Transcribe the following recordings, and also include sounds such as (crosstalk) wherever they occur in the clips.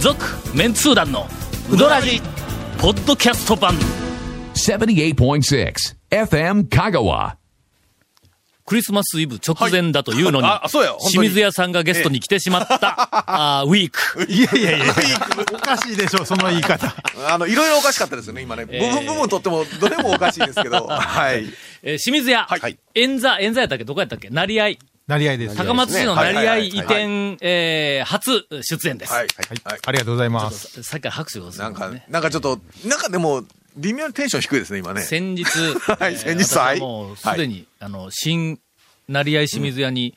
続メンツー団のウドラジポッドキャスト版78.6 FM Kagawa. クリスマスイブ直前だというのに、はいああそうよ本当に清水屋さんがゲストに来てしまった、あーウィーク。いやいやいや、おかしいでしょ、その言い方。あの、いろいろおかしかったですよね、今ね。部分部分とっても、どれもおかしいです (laughs) けど。はい。えー清水屋、はい円座、円座やったっけどこやったっけ成合。なり合いです。高松市の成合移はいはいは転、えー初出演です。はい。ははいい。ありがとうございます。さっきから拍手がすなるんもかんね、。なんかちょっと、なんかでも、微妙にテンション低いですね、今ね。先日、 (laughs) はい先日私ははいもうすでに、あの、新成合清水屋に、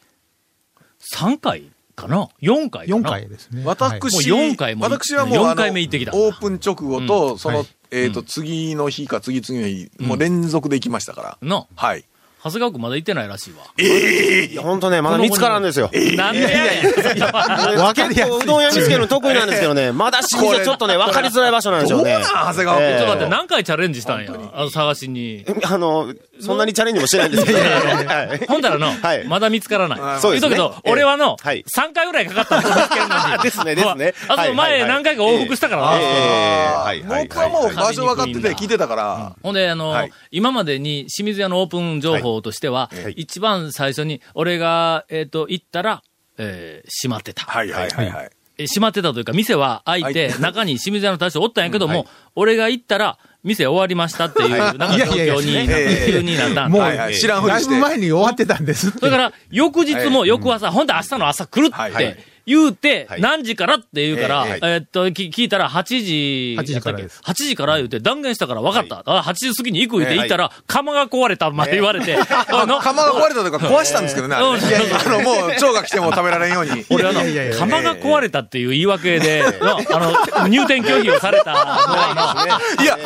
3回かな ?4 回かな4回ですね。はい私、もう四回も私はもう、四回目行ってきたあのオープン直後と、その、はいえっ、と、次の日か次々の日、もう連続で行きましたから。の、はい。長谷川区まだ行ってないらしいわ。いや、ほんとね、まだ見つからんですよ。なんでやねんわけでうどん屋見つけるの得意なんですけどね、まだ清水はちょっとね、わかりづらい場所なんでしょうね。長谷川君、えちょえっと待って、何回チャレンジしたんや。あの、探しに。あの、そんなにチャレンジもしてないんですけどね。はいほんだらの、はいまだ見つからない。そうですね言うとくけど、ええ俺はの、はい3回ぐらいかかったんですよ見つけるのに (laughs) ですねですねあはいあと前何回か往復したからな。ええはいはいはい僕はもう場所分かってはいはいて聞いてたから、ほんで、あの、はい今までに清水屋のオープン情報としては、一番最初に、俺が、えっ、と、行ったら、えー閉まってた。はいはいはいはい。えー閉まってたというか、店は開いて、開いて中に清水屋の大将おったんやけども、俺が行ったら、店終わりましたっていう、なんか状況に、いやないんやいやか急になったんもだ。う、はいはい知らんふりだいしてぶ前に終わってたんですって。それから、翌日も翌朝、ほんで明日の朝来るはっいはてい言うては、い何時からって言うから、えええーっと、き聞いたら8時、 8時からです8時から言うて断言したから分かった。あ8時過ぎに行く言うて行ったら、釜が壊れたまで言われて、あの釜が壊れたとか壊したんですけどね、あうんれいやいやあの、もう、腸が来ても食べられんように。俺はのいやいやいやい、や釜が壊れたっていう言い訳で、のあの、入店拒否をされたのは、 (laughs) いや、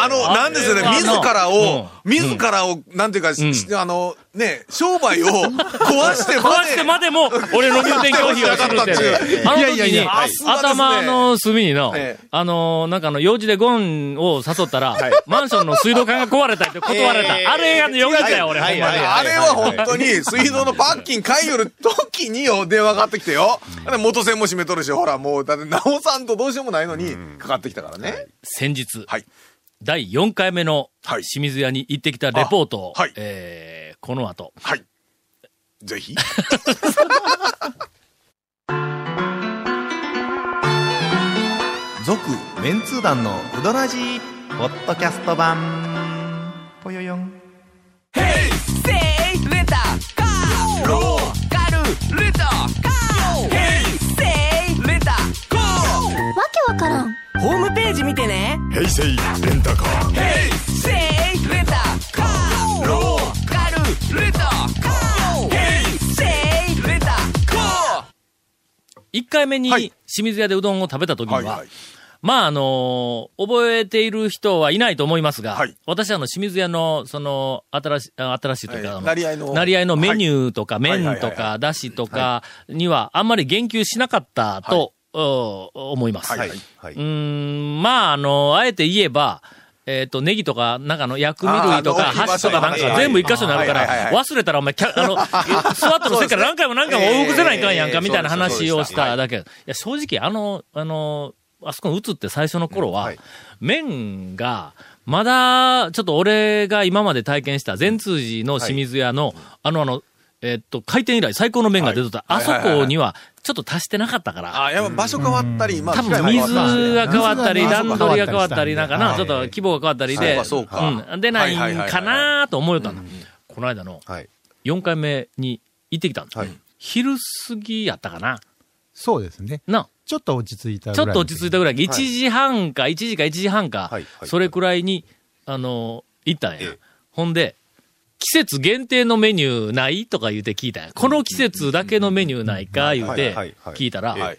あの、なんですよね、あの自らを、自らを、なんていうか、しあの、ね、商売を壊してま壊してで、までも、俺の入店拒否をするっていうね。あいのやいや時いやに、はい頭の隅にのええ、あの、なんかあの、用事でゴンを誘ったら、マンションの水道管が壊れたって断れええた。あれがよかったよ、俺。はほいんまにはいあれは本当に、水道のパッキン買いよる時によ、電話かかってきてよ。で元栓も閉めとるし、ほら、もう、だって、なおさんとどうしようもないのに、かかってきたからね。先日、はい。第4回目のはい清水屋に行ってきたレポートをあはい、えーこの後、はい。ぜひ。続メンツー団のウドラジーポッドキャスト版ぽよよんせいレンタカーローカルレンタカーヘイセイレンタカーわけわからんホームページ見てねヘイセイレンタカーヘイセイレンタカーローカルレンタカーヘイセイレンタカー1回目にはい清水屋でうどんを食べた時にはいはは、い。まあ、あの覚えている人はいないと思いますが、はい私はあの、清水屋の、その、新しい、あ新しいというか、はいあ成り合いの成り合いのメニューとか、いは麺いはといはか、だしとかには、あんまり言及しなかったと、お思います。はいはいうはいうーん、まあ、あの、あえて言えば、えっ、と、ネギとか、なんかあの、薬味類とか、あーあの箸とかなん置き場所とかか全部一箇所にあるかはいはいはいら、はい忘れたらお前、キャあの、座っとるせっから何回も何 (laughs) 回も往復せないかんやんか、えーみたいな話をしそうでしたそうでしたはただけ。いや、正直、あの、あの、あそこに移って最初の頃は、麺が、まだ、ちょっと俺が今まで体験した善通寺の清水屋の、あの、あの、えっと、開店以来最高の麺が出とった、はいはいはいあはいそこには、ちょっと足してなかったから、あ、やっぱ場所変わったり、まあ、多機械分水が変わったり、水が段取りが変わった水が変わったり、りなんかな、はいちょっと規模が変わったりで、そうかそうかん、出なはいはいいはいかなと思うよったの。この間のはい。 4回目に行ってきたんだはい昼過ぎやったかな。そうですね。な、ちょっと落ち着いたぐちらょいっと落ち着いたぐらい、1時半か、1時か1時半かはいは、いそれくらいに、あの、行ったんやええ。ほんで、季節限定のメニューないとか言うて聞いたんや。この季節だけのメニューないか言うてはいはいはい聞いたらええ、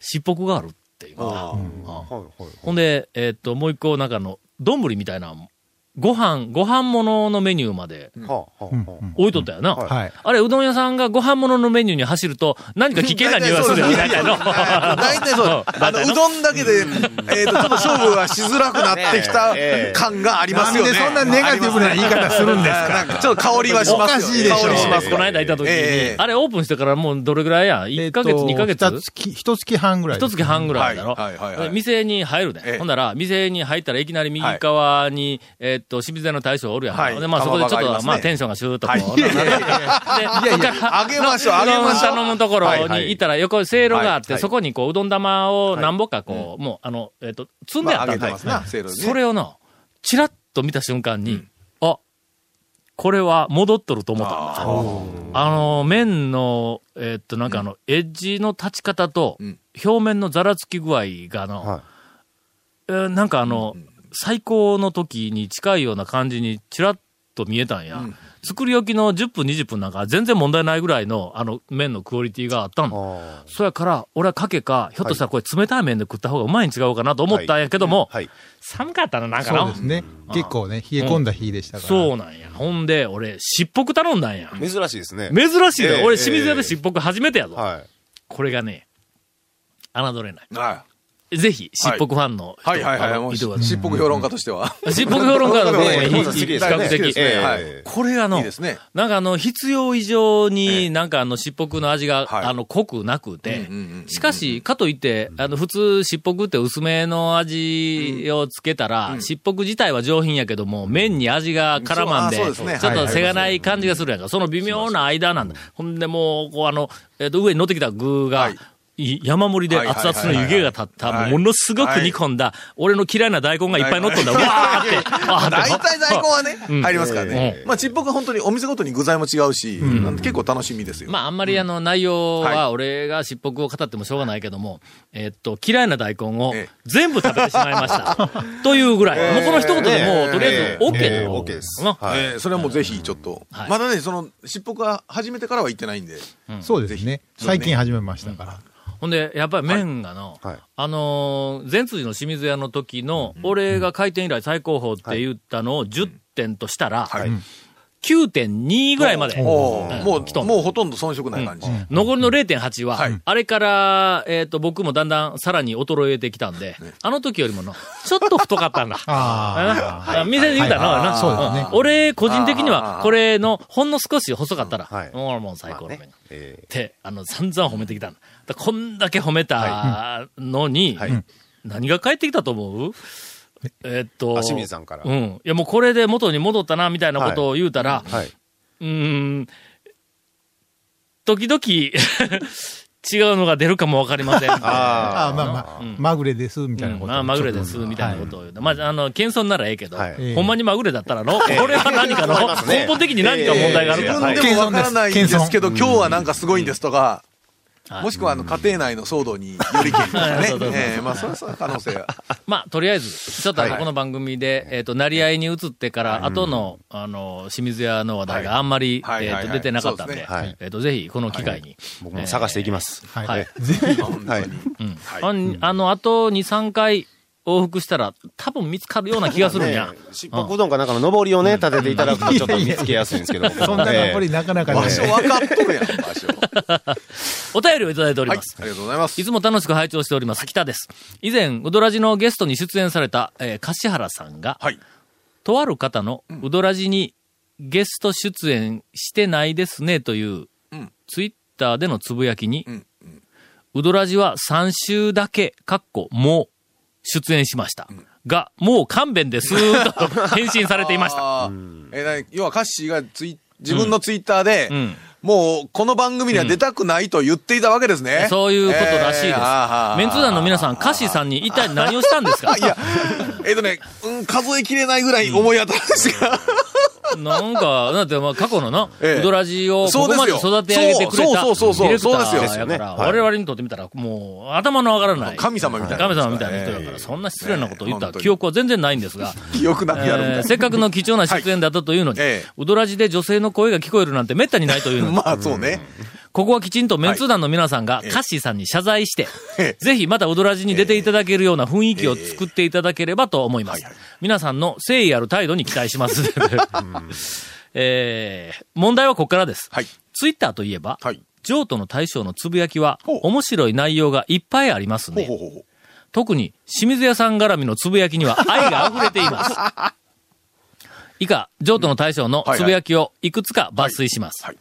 しっぽくがあるっていうのが。あーほんで、えーっと、もう一個、なんかあの、丼みたいなのご飯、ご飯物のメニューまではあはあはあ置いとったよな。はい。あれ、うどん屋さんがご飯物のメニューに走ると、何か危険な匂いがするよね、大中の。。大体そう (laughs) 大あの、体うのどんだけで、えっと、ちょっと勝負はしづらくなってきた感がありますよね。なんでそんなネガティブな言い方するんですかなんかちょっと香りはしますよね。おかしいでしょ香りしますこの間行った時に、ええあれオープンしてからもうどれぐらいや ?1 ヶ月、2ヶ月一月一月半ぐらいです。一月半ぐらいだろ。はいはいはいはでい店に入るね、ええほんなら、店に入ったらいきなり右側に、えっと、清水屋の大将おるやん。はいで、まあそこでちょっ看板があと、りますねまあテンションがシューッとこう。はいなるで、そっからあげましょう、あうげどまんしょう。頼むところにいたら横、せいろがあっはいて、はいそこにこう、うどん玉を何ぼかこう、もう、あの、えっと、積んでまあ、あっあたげんてだますな、せいろにねそれをな、チラッと見た瞬間に、あ、これは戻っとると思ったんだ。あの、麺の、えっと、なんかあの、エッジの立ち方とうん、表面のざらつき具合がの、えーなんかあの、最高の時に近いような感じにチラッと見えたんや。作り置きの10分、20分なんか全然問題ないぐらいの、あの、麺のクオリティがあったの。はそやから、俺はかけか、ひょっとしたらこれ冷たい麺で食った方がうまいに違うかなと思ったんやけども、はい。寒かったのなんかそなうですね。結構ね、冷え込んだ日でしたから。そうなんや。ほんで、俺、しっぽく頼んだんや。珍しいですね。珍しいえで、え俺、清水屋でしっぽく初めてやぞ。はい。これがね、侮れない。はぜひ、しっぽくファンの人、いはいはあいはい。のもう、見してくだっぽく評論家としては。さい。しっぽく評論家の方がいいええ比ええ較好き的で。すねはいええこれがの、いいですね。なんかあの、必要以上えにえなんかあの、しっぽくの味が、はいあの、濃くなくてうんうんうんうん、しかし、かといって、あの、普通、しっぽくって薄めの味をつけたら、しっぽく自体は上品やけども、麺に味が絡まんで、ちそうょあっそうですねとせがない感じがするやんか。その微妙な間なんだ。ほんでもう、こうあの、えっと、上に乗ってきた具がはい、い山盛りではいはい熱はい々の湯気が立った、はいものすごく煮込んだ、俺の嫌いな大根がいっぱい乗っとんだ。わはいーって。あーっ (laughs) 大て体大根はね、うん入りますからねう。まあ、ちっぽくは本当にお店ごとに具材も違うし、なんで結構楽しみですよ。まあ、あんまりあの、内容はは、俺がしっぽくを語ってもしょうがないけども、えっと、嫌いな大根をええ全部食べてしまいました。というぐらい。もうこの一言でもう、とりあえず、OK だええろ。 OK ですなはいえーそれはもうぜひちょっと、はいまだね、その、しっぽくは始めてからは行ってないんで、そうですね。ひそうね最近始めましたから。ほんで、やっぱり麺がの、はいはいあのー、前辻の清水屋の時の、俺が開店以来最高峰って言ったのを10点としたら、はい9.2ぐらいまで。おーうんも来とう、んもうほとんど遜色ない感じ。残りの0.8は、はいあれから、えっ、と、僕もだんだんさらに衰えてきたんで、あの時よりもの、 (laughs) ちょっと太かったんだ。ああ。あの店で言うたらな、はいなそうですねん俺、個人的にあは、ーこれの、ほんの少し細かったら、はいもうもう最高のまあ麺ねええって、あの、散々褒めてきたんだ。だこんだけ褒めたのに、はい何が返ってきたと思うえっと、あ清水さんからうん。いや、もうこれで元に戻ったな、みたいなことを言うたら、はい。うーん、時々、 (laughs) 違うのが出るかもわかりません。ああ、まあまあうん、まぐれです、みたいなこと。まあ、まぐれです、みたいなことを言うと。まあ、あの、謙遜ならええけど、はいほんまにまぐれだったらの、これは何かの、りますね根本的に何か問題があるから。自分でもわからないんですけど、今日はなんかすごいんですとか、うんもしくはあの家庭内の騒動によりけりとかはいねそうそうそう。えーまあ、それはその可能性は。まあ、とりあえず、ちょっとあの、この番組で、えっと、成り合いに移ってから、後の、あの、清水屋の話題があんまり、はいえはっいと、はい出てなかったんでそうですねはい、えっと、ぜひ、この機会に。僕も探していきます。ははいい。ぜひはい。うんあんあの、あと2、3回往復したら、多分見つかるような気がするんやね。えしっぽくうどんかなんかの上りをね、立てていただくとちょっと見つけやすいんですけど。そんなのやっぱえりなかなかね場所分かっとるやん、場所。お便りをいただいておりはいま、すあ。りがとうございます。いつも楽しく拝聴しております。北です。以前、ウドラジのゲストに出演された、えー、柏原さんが、はい。とある方のウドラジにゲスト出演してないですねという、うんツイッターでのつぶやきに、んウドラジは3週だけ、かっこ、もう、出演しました。が、もう勘弁 (laughs) です、と返信されていました。あーえーなに要はカッシーがツイ自分のツイッターで、うんもうこの番組には出たくないと言っていたわけですね。そういうことらしいです。えーあーメンツ団の皆さん、カッシーさんに一体何をしたんですかいや、えっとね、うん、数えきれないぐらい思い当たるんですが、 (laughs) なんか、だってまあ過去のな、ええウドラジをこそこうですまでよ育て上げてくれたデそうそうそうそうィレクタそうでーすやよから、はい我々にとってみたらもう頭の上がらない。神様みたいな。神様みたいな人だから、えそんな失礼なことを言ったええ記憶は全然ないんですが、ー記憶なくやるみたいえーな。せっかくの貴重な出演だったというのに、 (laughs) はいええウドラジで女性の声が聞こえるなんて滅多にないというのに、まあそうね。ここはきちんとメンツー団の皆さんがカッシーさんに謝罪して、ぜひまた踊らじに出ていただけるような雰囲気を作っていただければと思います。皆さんの誠意ある態度に期待します。 (laughs) えー問題はここからです。はい。ツイッターといえば、はい譲渡の大将のつぶやきは、ほう面白い内容がいっぱいありますほうねほ。うほうほう。特に清水屋さん絡みのつぶやきには愛が溢れてい (laughs) ます。以下、譲渡の大将のつぶやきをいくつか抜粋します。はいは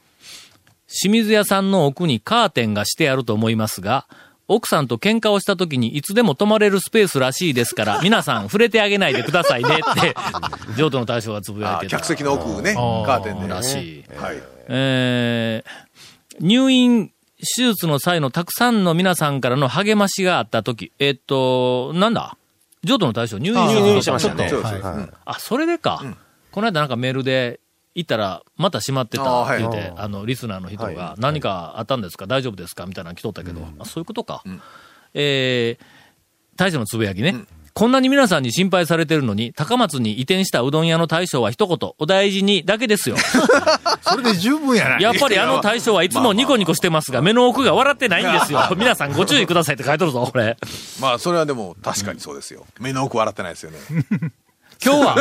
清水屋さんの奥にカーテンがしてあると思いますが、奥さんと喧嘩をした時にいつでも泊まれるスペースらしいです (laughs) から、皆さん触れてあげないでくださいねって、譲渡の大将がつぶやあいてーた客席の奥ね、カーあーテンで。らしい。はい。えー入院、手術の際のたくさんの皆さんからの励ましがあったとき、えっと、なんだ譲渡の対象、入院あー手入術院しましたねちょっとはいはあ、それでか。この間なんかメールで、行ったら、また閉まってたあーっはてい言って、あの、リスナーの人が、何かあったんですか、大丈夫ですかみたいなの来とったけど、あそういうことか。えー、大将のつぶやきね。こんなに皆さんに心配されてるのに、高松に移転したうどん屋の大将は一言、お大事にだけですよ。それで十分やない。やっぱりあの大将はいつもニコニコしてますが、目の奥が笑ってないん (laughs) ですよ。皆さんご注意くださいって書いとるぞ、これ。まあ、それはでも、確かにそうですよ。目の奥笑ってない (laughs) ですよね。 (laughs) 今日は、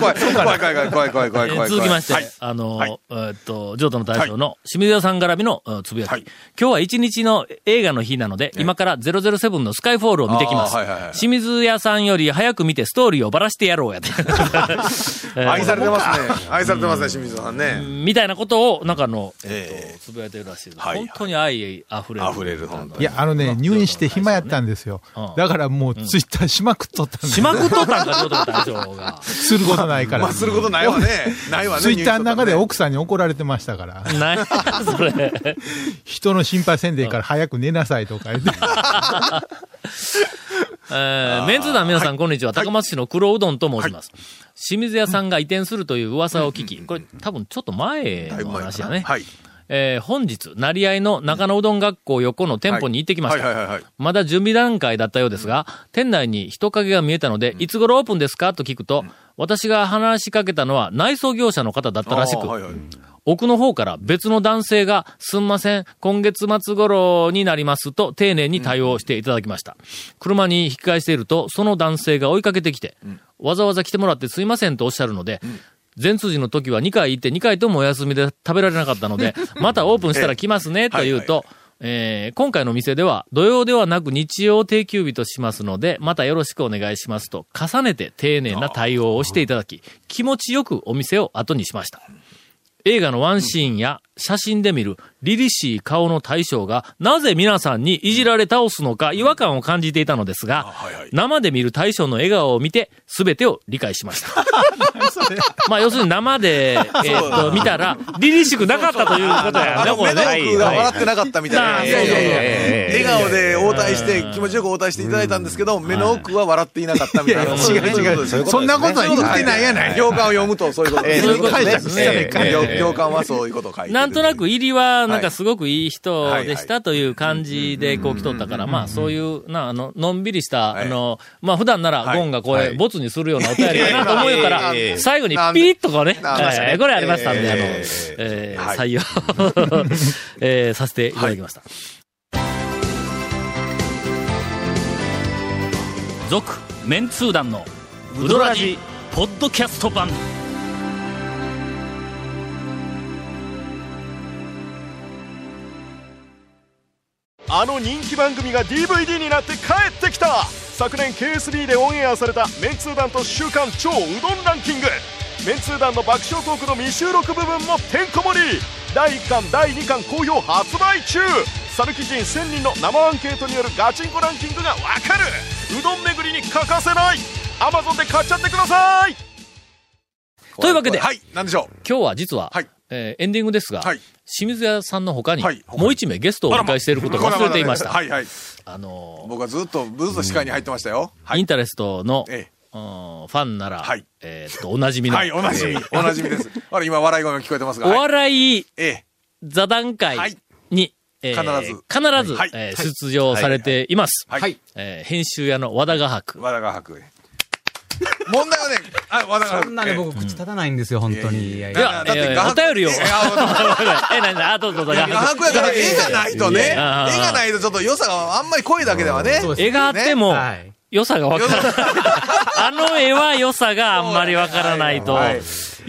怖い、怖い、怖い、怖い、怖い、怖い、怖い、怖い。続きまして、はい。あの、はいえーっと、譲渡の大将の清水屋さん絡みのうんつぶやき。はい今日は一日の映画の日なので、今から007のスカイフォールを見てきます。あーはいはいはい清水屋さんより早く見てストーリーをばらしてやろうや (laughs) で愛されてますね。愛されてますね、清水さんね。みたいなことを、なんかあの、ええっとつぶやいてるらしいです。はいはい本当に愛あふれる。溢れる、本当いに。や、あのね、入院して暇やったんですようん。だからもうツイッターしまくっとったんでしまくっとったんか、譲渡の大将が。することないから。まあ、することないわね。ないわね。ツイッターの中でニュースとかね奥さんに怒られてましたから、 (laughs) なんや、それ。人の心配せんでいいから早く寝なさいとか言って。えーメンツ団皆さん、こんにちは。高松市の黒うどんと申します。清水屋さんが移転するという噂を聞き、これ多分ちょっと前だいぶの前話かだなね。はい。えー本日、成合の中野うどん学校横の店舗に行ってきましはい、はた。い、はいはい。まだ準備段階だったようですが、店内に人影が見えたので、いつ頃オープンですかと聞くと、私が話しかけたのは内装業者の方だったらしあーく、はいはい奥の方から別の男性が、すんません、今月末頃になりますと、丁寧に対応していただきました。車に引き返していると、その男性が追いかけてきて、わざわざ来てもらってすいませんとおっしゃるので、前通時の時は2回行って2回ともお休みで食べられなかったの (laughs) で、またオープンしたら来ますね、というと、えー今回の店では土曜ではなく日曜定休日としますので、またよろしくお願いしますと、重ねて丁寧な対応をしていただき、気持ちよくお店を後にしました。映画のワンシーンや写真で見る凛々しい顔の大将がなぜ皆さんにいじられ倒すのか違和感を感じていたのですが、はいはい生で見る大将の笑顔を見て全てを理解しました。 (laughs) まあ要するに生で、えーっと、見たら凛々しくなかったという (laughs) ことやね、これ目のね。奥が笑ってなかったみたいな。はいいやいやいやえ笑顔で応対して、気持ちよく応対していただいたんですけど、目の奥は笑っていなかったみたいな。いやいや違うそういうことですねそんなことは言ってないやない。行間を読むとそういうことえでえすそういうこと解で釈すしたらいねい。行行間はそういうことを書いてるなんとなく入りは、なんかはいすごくいい人でしはたという感じでこう来とったから、まあそういう、な、あの、のんびりした、はあいの、まあ普段ならはいゴンがこうはいういボツにするようなお便りかなと思うからえ、え最後にピーッとこうね、なんでなんでえーこれありましたんで、あの、ええーはい採用、 (laughs) えーさせていただきました。続、メンツー団の、ウドラジ、ポッドキャスト版。あの人気番組が DVD になって帰ってきた昨年 KSB でオンエアされた「メンツー団と週刊超うどんランキング」メンツー団の爆笑トークの未収録部分もてんこ盛り第1巻第2巻好評発売中サルキ人1000人の生アンケートによるガチンコランキングがわかるうどん巡りに欠かせない Amazon で買っちゃってくださいというわけではい、なんでしょ今日は実は、はいえーエンディングですが、はい清水屋さんの他に、はい他にもう一名ゲストをう。お迎えしていることを忘れていました。はいはい。あの僕はずっとブースの視界に入ってましたよ。ー、インタレストの、ええうんファンなら、はいえーっと、おなじみの、はい、おなじみ、おなじみです。あれ、今笑い声が聞こえてますが。おはい笑いえ座談は会いに、え必ず必ず、はいえーは出場されています。え、はい。えー編集屋の和田画伯。和田が吐く。問題はね、あ、わかそんなね、僕、口立たないんですよ、本当に。いやいいや、だっていやいや画お便りを。いえやいや、 (laughs) なにあ、どうぞどうぞ。画伯やから絵がないとね、絵いやいやがないとちょっと良さがあんまり濃いだけではね。そうです (laughs) 絵があっても、はい。良さがわからない。 (laughs) あの絵は良さがあんまりわからないとはい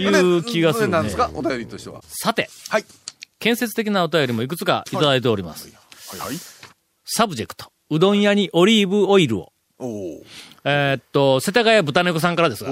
いう気がする、なんねです。かお便りとしては。さて、はい建設的なお便りもいくつかいただいております。はい。サブジェクト、うどん屋にオリーブオイルを。おお。えーっと、世田谷豚猫さんからですが、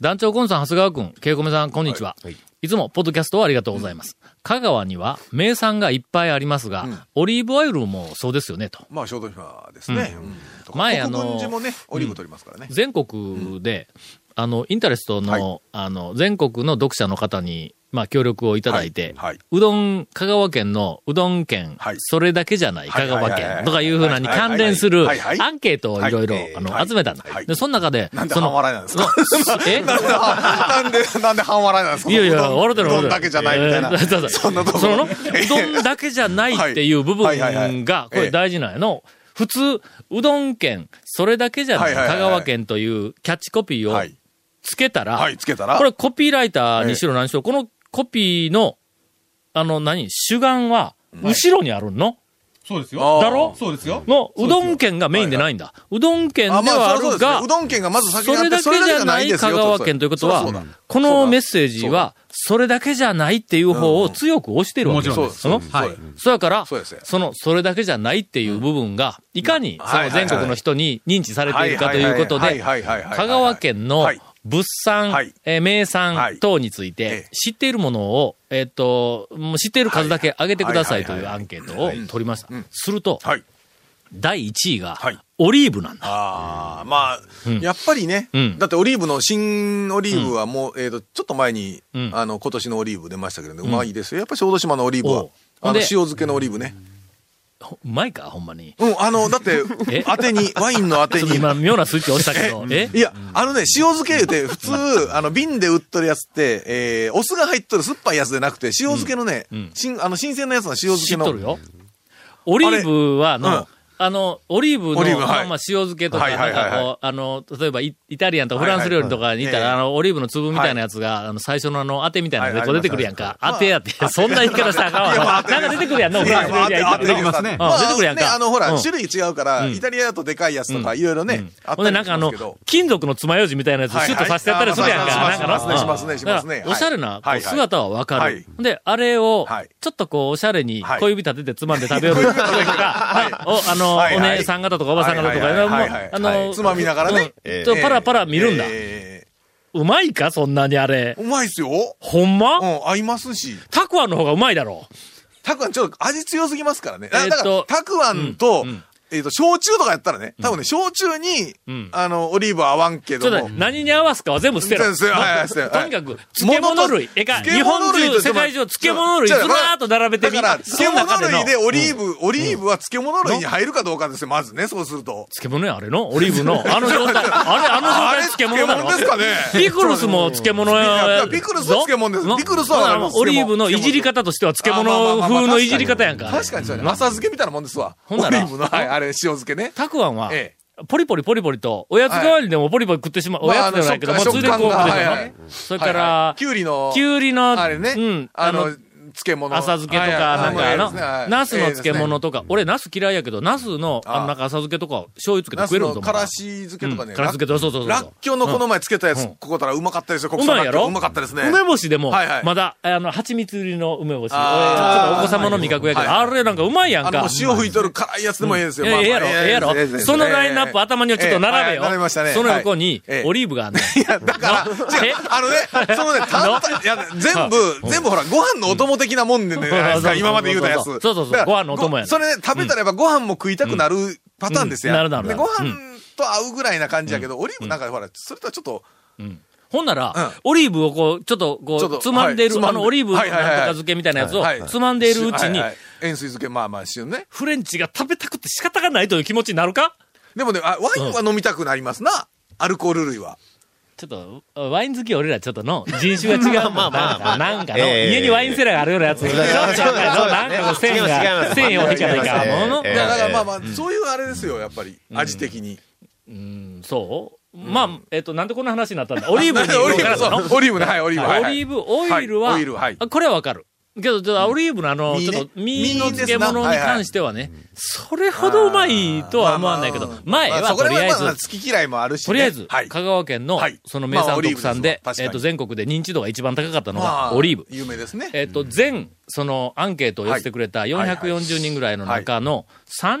団長コンさん、長谷川くん、ケイコメさん、こんにちは。いつも、ポッドキャストをありがとうございます。香川には名産がいっぱいありますが、オリーブオイルもそうですよね、と。まあ、小豆島ですね。うんとか前あ国の分寺もね、オリーブ取りますからね。全国で、あの、インタレストの、はあの、全国の読者の方に、まあ、協力をいただいて、はいはいうどん、香川県のうどん県、はいそれだけじゃない、は香い川はいはいは県いとかいうふうなに関連するはいはいはいアンケートをいろいろはいえ、ーあの、はい集めたんだ。はいで、その中で、なんでその半笑いなんですかの (laughs) えなんで、なんで半笑いなんですかいやいや、うどん笑ってる笑うどんってだけじゃないみたいな。そそんなとこそのの、うどんだけじゃないっていう部はいはいはいは分いが、これ大事なんやの。普通、うどん県、それだけじゃない、はいはいはい香はい川県というキャッチコピーはをい。つけたら、はい、つけたら。これコピーライターにしろ何しろ、このコピーの、あの何、主眼は、後ろにあるの、そうですよ。あーだろそうですよ。の、うどん県がメインでないんだ。うどん県であまはああ、そるうですねが、うどん県がまず先そにあれって、だそけれだじけじゃゃなないいですよ香川県ということはそうだそうだ、このメッセージは、それだけじゃないっていう方を強く押してるわけもちろんですそのそうですそうやから、そうですよその、それだけじゃないっていう部分が、いかにその全国の人に認知されているかということはいで、はいはいはいはいはいはい香川県のはい物産、はいえー名は産い等についえてえ、知っているものを、えっ、と、もう知っている数だけ上げてくださいとはいいうはいアはいンケートを取りました。すると、はい。第1位がはい、オリーブなんだ。ああ、まあ、んやっぱりね、うんだってオリーブの、新オリーブはもう、えっ、と、ちょっと前に、うんあの、今年のオリーブ出ましたけれども、うまいですよ。やっぱり小豆島のオリーブはおう、ほあんでの、塩漬けのオリーブね。ほうまいか、ほんまに。うん、あの、だって (laughs) え、当てに、ワインの当ちてょっとに。今、妙なスイッチ押した (laughs) けど、えいや、あのね、塩漬け言うて、普通、あの、瓶で売っとるやつって、えー、お酢が入っとる酸っぱいやつでなくて、塩漬けのね、うん新あの、新鮮なやつの塩漬知けっの。とるよ。オリーブは、あの、うんあの、オリーブの、オリーブまはあいまあ、塩漬けとか、はいなはんいはいはいかこう、あの、例えばイ、イタリアンとかフランス料理とかにいたら、はいはいはいあの、オリーブの粒みたいなやつが、あの、最初のあの、当てみたいなので、はいこう出てくるやんか。当てやって。そんな言い方したらあかんわいやまあ当てなんか出てくるやんの、フいランやスまあ料理や当て当てんてか。ますね。うん出てくるやんかねあの、ほら、うん種類違うから、イタリアだとでかいやつとか、いろいろね、あっほたんで、りなんしかあますのけど、。金属の爪楊枝みたいなやつ、シュッとさせてやったりするやんか。はいはいなんかなしますねしますねしますねうんだからおしゃれなこはういはい姿はわかはいる。ほんで、あれをはい、ちょっとこう、おしゃれにはい小指立ててつまんで食べよるとか、 (laughs) お、あの、はいおはい姉さん方とかおばさん方とはいか、はいもうはいはいあの、はいつまみながらねうんちょっとパラパラ見るんだ。えうまいかそんなにあれー。うまいっすよ。うほんまん、合いますし。たくあんの方がうまいだろ。たくあんちょっと味強すぎますからね。えーだっかとら、たくあんとうんうん、えっと、焼酎とかやったらね、多分ね、焼酎にうん、あの、オリーブは合わんけちょどっともね。何に合わすかは全部捨てろ。全部捨てろはいはい捨てろとにかく、漬物類。えか、日漬本物類中、と世界中、漬物類ずらーっと並べてみだから、そ漬の中物類でオリブーブ、オリーブは漬物類に入るかどうかですよ、まずね、そうすると。漬物や、あれのオリーブ (laughs) の。あの状態。あれ、あの状態漬物だろあれ漬物ですかねピクルスも漬物いやや。ピクルスは漬物ですぞピクルスはだからあのオリーブのいじり方としては漬物風のいじり方やんか。確かにそうやね。浅漬けみたいなもんですわ。ほんならオリーブの、はい、あれ、塩漬けね。たくあんは、えポリポリポリポリと、おやつ代わりにでもポリポリ食ってしまう。まあおやつじゃないけど、あのまあ、ついでこう食う食感がでしょはいはいそれから、きゅうりの、きゅうりの、あれね、うん、ああの、の、漬物。浅漬けとか、なんはいかはあいの、ナスの漬物ととか、俺ナス嫌いやけど、ナスの、あの、あなんか浅漬けとか、醤油漬けてナ食えスるんぞのお前からし漬けとかうね。んからし漬けとかそうそうそうらっきょうのこの前漬けたやうつん、ここたらうまかったですよ、国う産まいらやっきょろう。うまかったですね。梅干しでも、はいはいまだ、あの、蜂蜜入りの梅干し。俺ちょあーっとお子様の味覚やから、はあいれなんかうまいやあんの、もうか。塩吹いとる辛いやつでもええですよ。ええやろ、ええやろ。そのラインナップ頭にはちょっと並べよ。並べましたね。その横に、オリリーブがあん (laughs) ねん。いや、(laughs) だから、違うあのね、そのね、単体、いや、全部、全部ほら、ご飯のお供的なもんでね、 (laughs) そうそう今まで言うたやつ。そうそうそうだからご飯のお供やねごそれね、食べたらやっぱご飯も食いたくなるパターンですよ。うんうんなるなるでなごる飯と合うぐらいな感じやけど、オリーブなんかほら、それとはちょっと、ほんなら、うんオリーブをこう、ちょっとこちょっう、とつまんでいはる、いつまあんでの、オリーブのなんとか漬けみたいなやつをはい、つまんでいるうちに、はいはい塩水漬け、まあまあ、塩ね。フレンチが食べたくて仕方がないという気持ちになるかでもね、あワインは飲みたくなりますな。アルコール類は。ちょっと、ワイン好き俺らちょっとの、人種が違 (laughs) うもんなんか、なんかの、ええ家にワインセラーがあるようなやつ。なんかのなんかの線違います違いまが、す線を引かないか。ものだからまあまあ、そういうあれですよ、やっぱり、味的に。うん、そうまあ、えっと、なんでこんな話になったんだオリーブ (laughs) にオリーブ、のそう、オリーブね、はい、オリーブ。はいオリーブオイルは、はいオイルはいあこれはわかる。けど、ちょっとオリーブのあの、身ちねょっと、身身のの漬物に関してはね、それほどうまいとは思わないけど、前まあはそことらりあ辺えはまあず、好き嫌いもあるしね。とりあえず、はい。香川県のはい、その名まあ産オリー特ブですわ産で、確かえにっと、全国で認知度が一番高かったのまが、あオリーブ。有名ですね。えっと、全、その、アンケートを寄せてくれた440人ぐらいの中の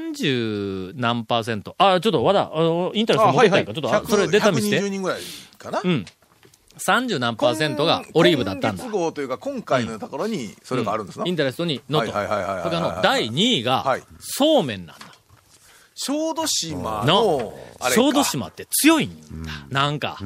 30何パーセント。あ、ちょっと、和田、あのインタレスト持ってきたんかちょっと、 100それ出た見して120。人ぐらいかな。うん。30何パーセントがオリーブだったんだ今。月号というか、今回のところに、それがあるんですなイ。ンタレストにノート。はいはいはいはいはいそれからの第2位がはい、そうめんなんだ。小豆島のの、あれか小豆。島って強いんだ。なんか、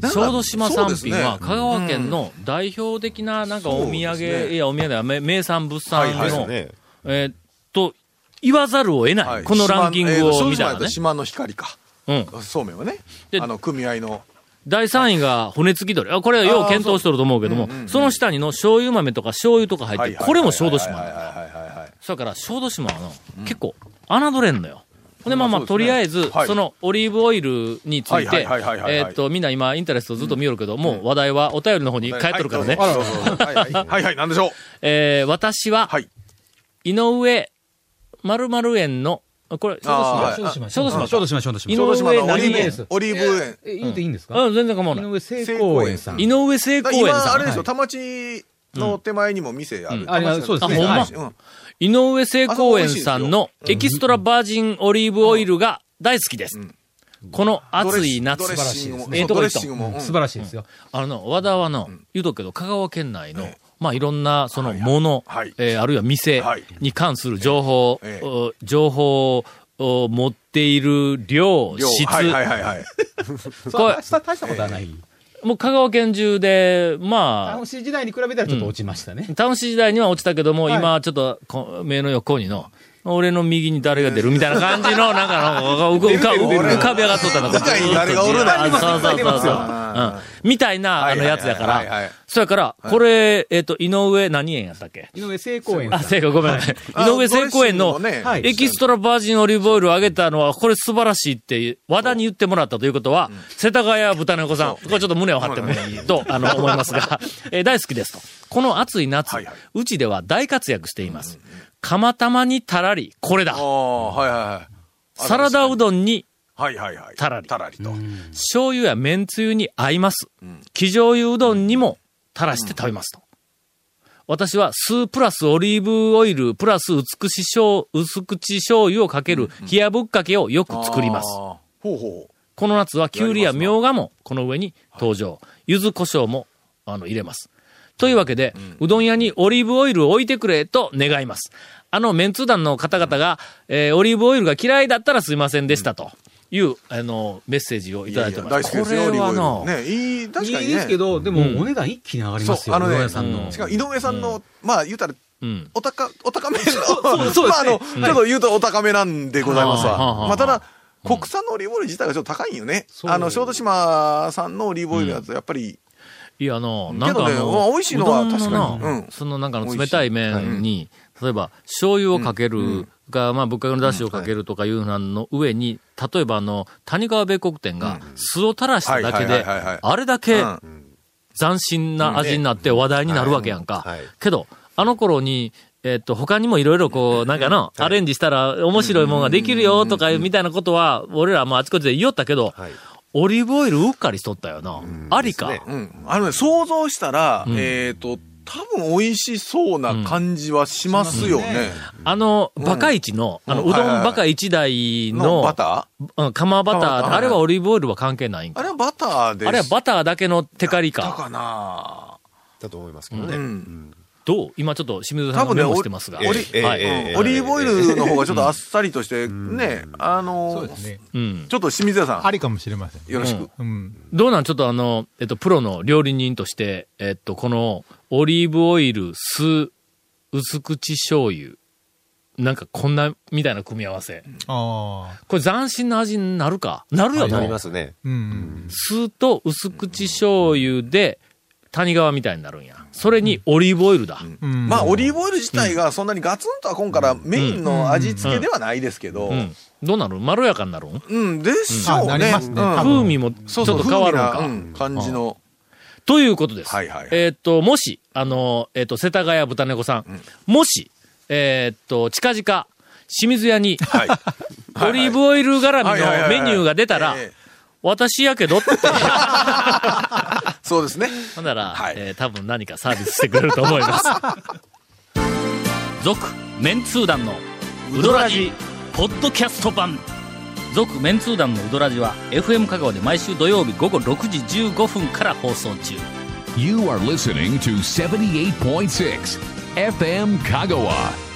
小豆島産品は香川県の代表的ななんかお土そう産、ですねいやお土産は名名産物産はいの、はいえーっと、言わざるを得ない、はいこのランキング島をのえー見小た豆島らだとね。島の光か。うん。そうめんはね。であの、組合の。第3位が骨付き鳥。あこれはよう検討しとると思うけども、その下にの醤油豆とか醤油とか入ってる、これも小豆島なんだはいはいはいはいはい。そやから、小豆島はの、結構、侮れんのよ。ほんで、まあまあ、まあそとうですねりあえず、はいその、オリーブオイルについはて、えいはいはいはいはいはーいっと、みんな今、インタレストずっと見よるけど、もう話題はお便りの方に帰っとるからね。はいどうぞどうぞはいはいはいはい、なんでしょう。えー私ははい、井上、〇〇園の、これ、あ小ー豆島、小小豆豆島、島、小豆島、小豆島。井小上豆島のオリ何々園でーすブ、オリーブ園。え、言っていいんですかうん、全然構わ井ない。上聖光園さん。井上聖だ光園今、さあんれ。ですよ、はい田町の手前にも店あうる。ん田町のあそうですねあうん井上聖光園さんのエキストラバージンオリーブオイルが大好きです。この暑い夏ドレッシングも、ええとドこレ行ッったシングも。うん素晴らしいですよ。あの、和田はの、言うとくけど、香川県内の、まあ、いろんな、その、もの、はいえーあるいは店はいに関する情報、ええお情報を持っている量、量質、はいはいはいはい。 (laughs) こ大した大したことはない。れ、もう香川県中で、ま楽しい時代に比べたらちょっと落ちましたね。あ、楽しい時代には落ちたけども、はい今、ちょっとこ、目の横にの、俺の右に誰が出るみたいな感じ (laughs) の、なんかの、浮か浮か浮かび上がっとったの世界に誰がおるだあそうそうそうそう。うん。みたいな、あの、やつやから。そやから、これ、えっと、井上何園やったっけ井上聖光園さあ、ん。正解、ごめん。井上聖光園のドレッシングもはねいエキストラバージンオリーブオイルをあげたのは、これ素晴らしいって、和田に言ってもらったということは、世田谷豚の子さん、これちょっと胸を張ってもいいと、あの、思います (laughs) が、えー大好きですと。この暑い夏はいはいうちでは大活躍しています。釜玉にたらり、これだあ。あ、はいはいはい。サラダうどんにはいはいはい。たらりたらりと。醤油や麺つゆに合います。生醤油うどんにも垂らして食べますと。私は酢プラスオリーブオイルプラス薄口醤薄口醤油をかける冷やぶっかけをよく作ります。あー。ほうほう。この夏はきゅうりややりますみなょうがもこの上に登場。柚子胡椒もあの入れます。というわけで、うどん屋にオリーブオイルを置いてくれと願います。あのメンツー団の方々が、えーオリーブオイルが嫌いだったらすいませんでしたという、あの、メッセージをいただいてます。大好きですよ、こオリれはーブのオイル。ね、いい、確かにね。いいですけど、でうんもお値段一気に上がりまそうす、よ。あの井ね、上さんの。しかも井上さんの、まあ言うたら、うん。お高、お高めの、うそうでまああすねの、ちょっと言うとお高めなんでございますはいはいはいはわ。いまあただ、国産のオリーブオイル自体がちょっと高いんよね。あの、小豆島産のオリーブオイルだとやっぱり、いや、あの、けどなねんかあの、まあ美味しいのはうどん確かになうんそのなんかあの冷たい麺に、例えば、醤油をかけるが、まあ、ぶっかけのだしをかけるとかいうのの上に、例えばあの、谷川米国店が酢を垂らしただけはいで、はいはいはいはいあれだうけん斬新な味になって話題になるわけやんか。けど、あの頃に、えっと、他にもいろいろこう、なんかの、アレンジしたら面白いもんができるよとか、みたいなことは、俺らもあちこちで言おったけど、オリーブオイルうっかりしとったよな。ありか。うん。あのね、想像したら、んえっと、多分美味しそうな感じはしますよね。あの、バカイチの、あの、ううんどんはいはいはいバカ一台ののバ、ターうん釜バタ釜バター、ーあれはオリーブオイルは関係ないんあか。れはバターです。あれはバターだけのテカリターか。かなうん。どう今ちょっと清水さんが多分メね、モオしてリますが。オリはいうんオリーブオイルの方がちょっとあっさりとして、ね、あそのうですね。うん。ちょっと清水屋さあん、りかもしれません。よろしく。うん。どうなんちょっとあの、えっと、プロの料理人として、えっと、この、オリーブオイル、酢、薄口醤油。なんかこんな、みたいな組み合わせ。ああ。これ斬新な味になるかなるよな。うん。酢と薄口醤油で、谷川みたいになるんや。それにオリーブオイルだ。うんまあ、オリーブオイル自体がそんなにガツンとは今からメインの味付けではないですけど、ううんん。どうなるまろやかになるんでしょうあなね。りますねうん多分風味もちょそっうそうと変わるんか。風味なうん感じの。ということです。はいはいはいえーっと、もし、あの、えーっと、世田谷豚猫さん、もし、えーっと、近々、清水屋に、はい。 (laughs) オリーブオイル絡みはいはいはいはのいメニューが出たらええ、私やけどって、そうですね。 (laughs) ほんなら、はいえー多分何かサービスしてくれると思い (laughs) ます。続、メンツー団の、ウドラジ、ポッドキャスト版。続、メンツー団のウドラジは、FM 香川で毎週土曜日午後6時15分から放送中。 You are listening to 78.6 FM Kagawa.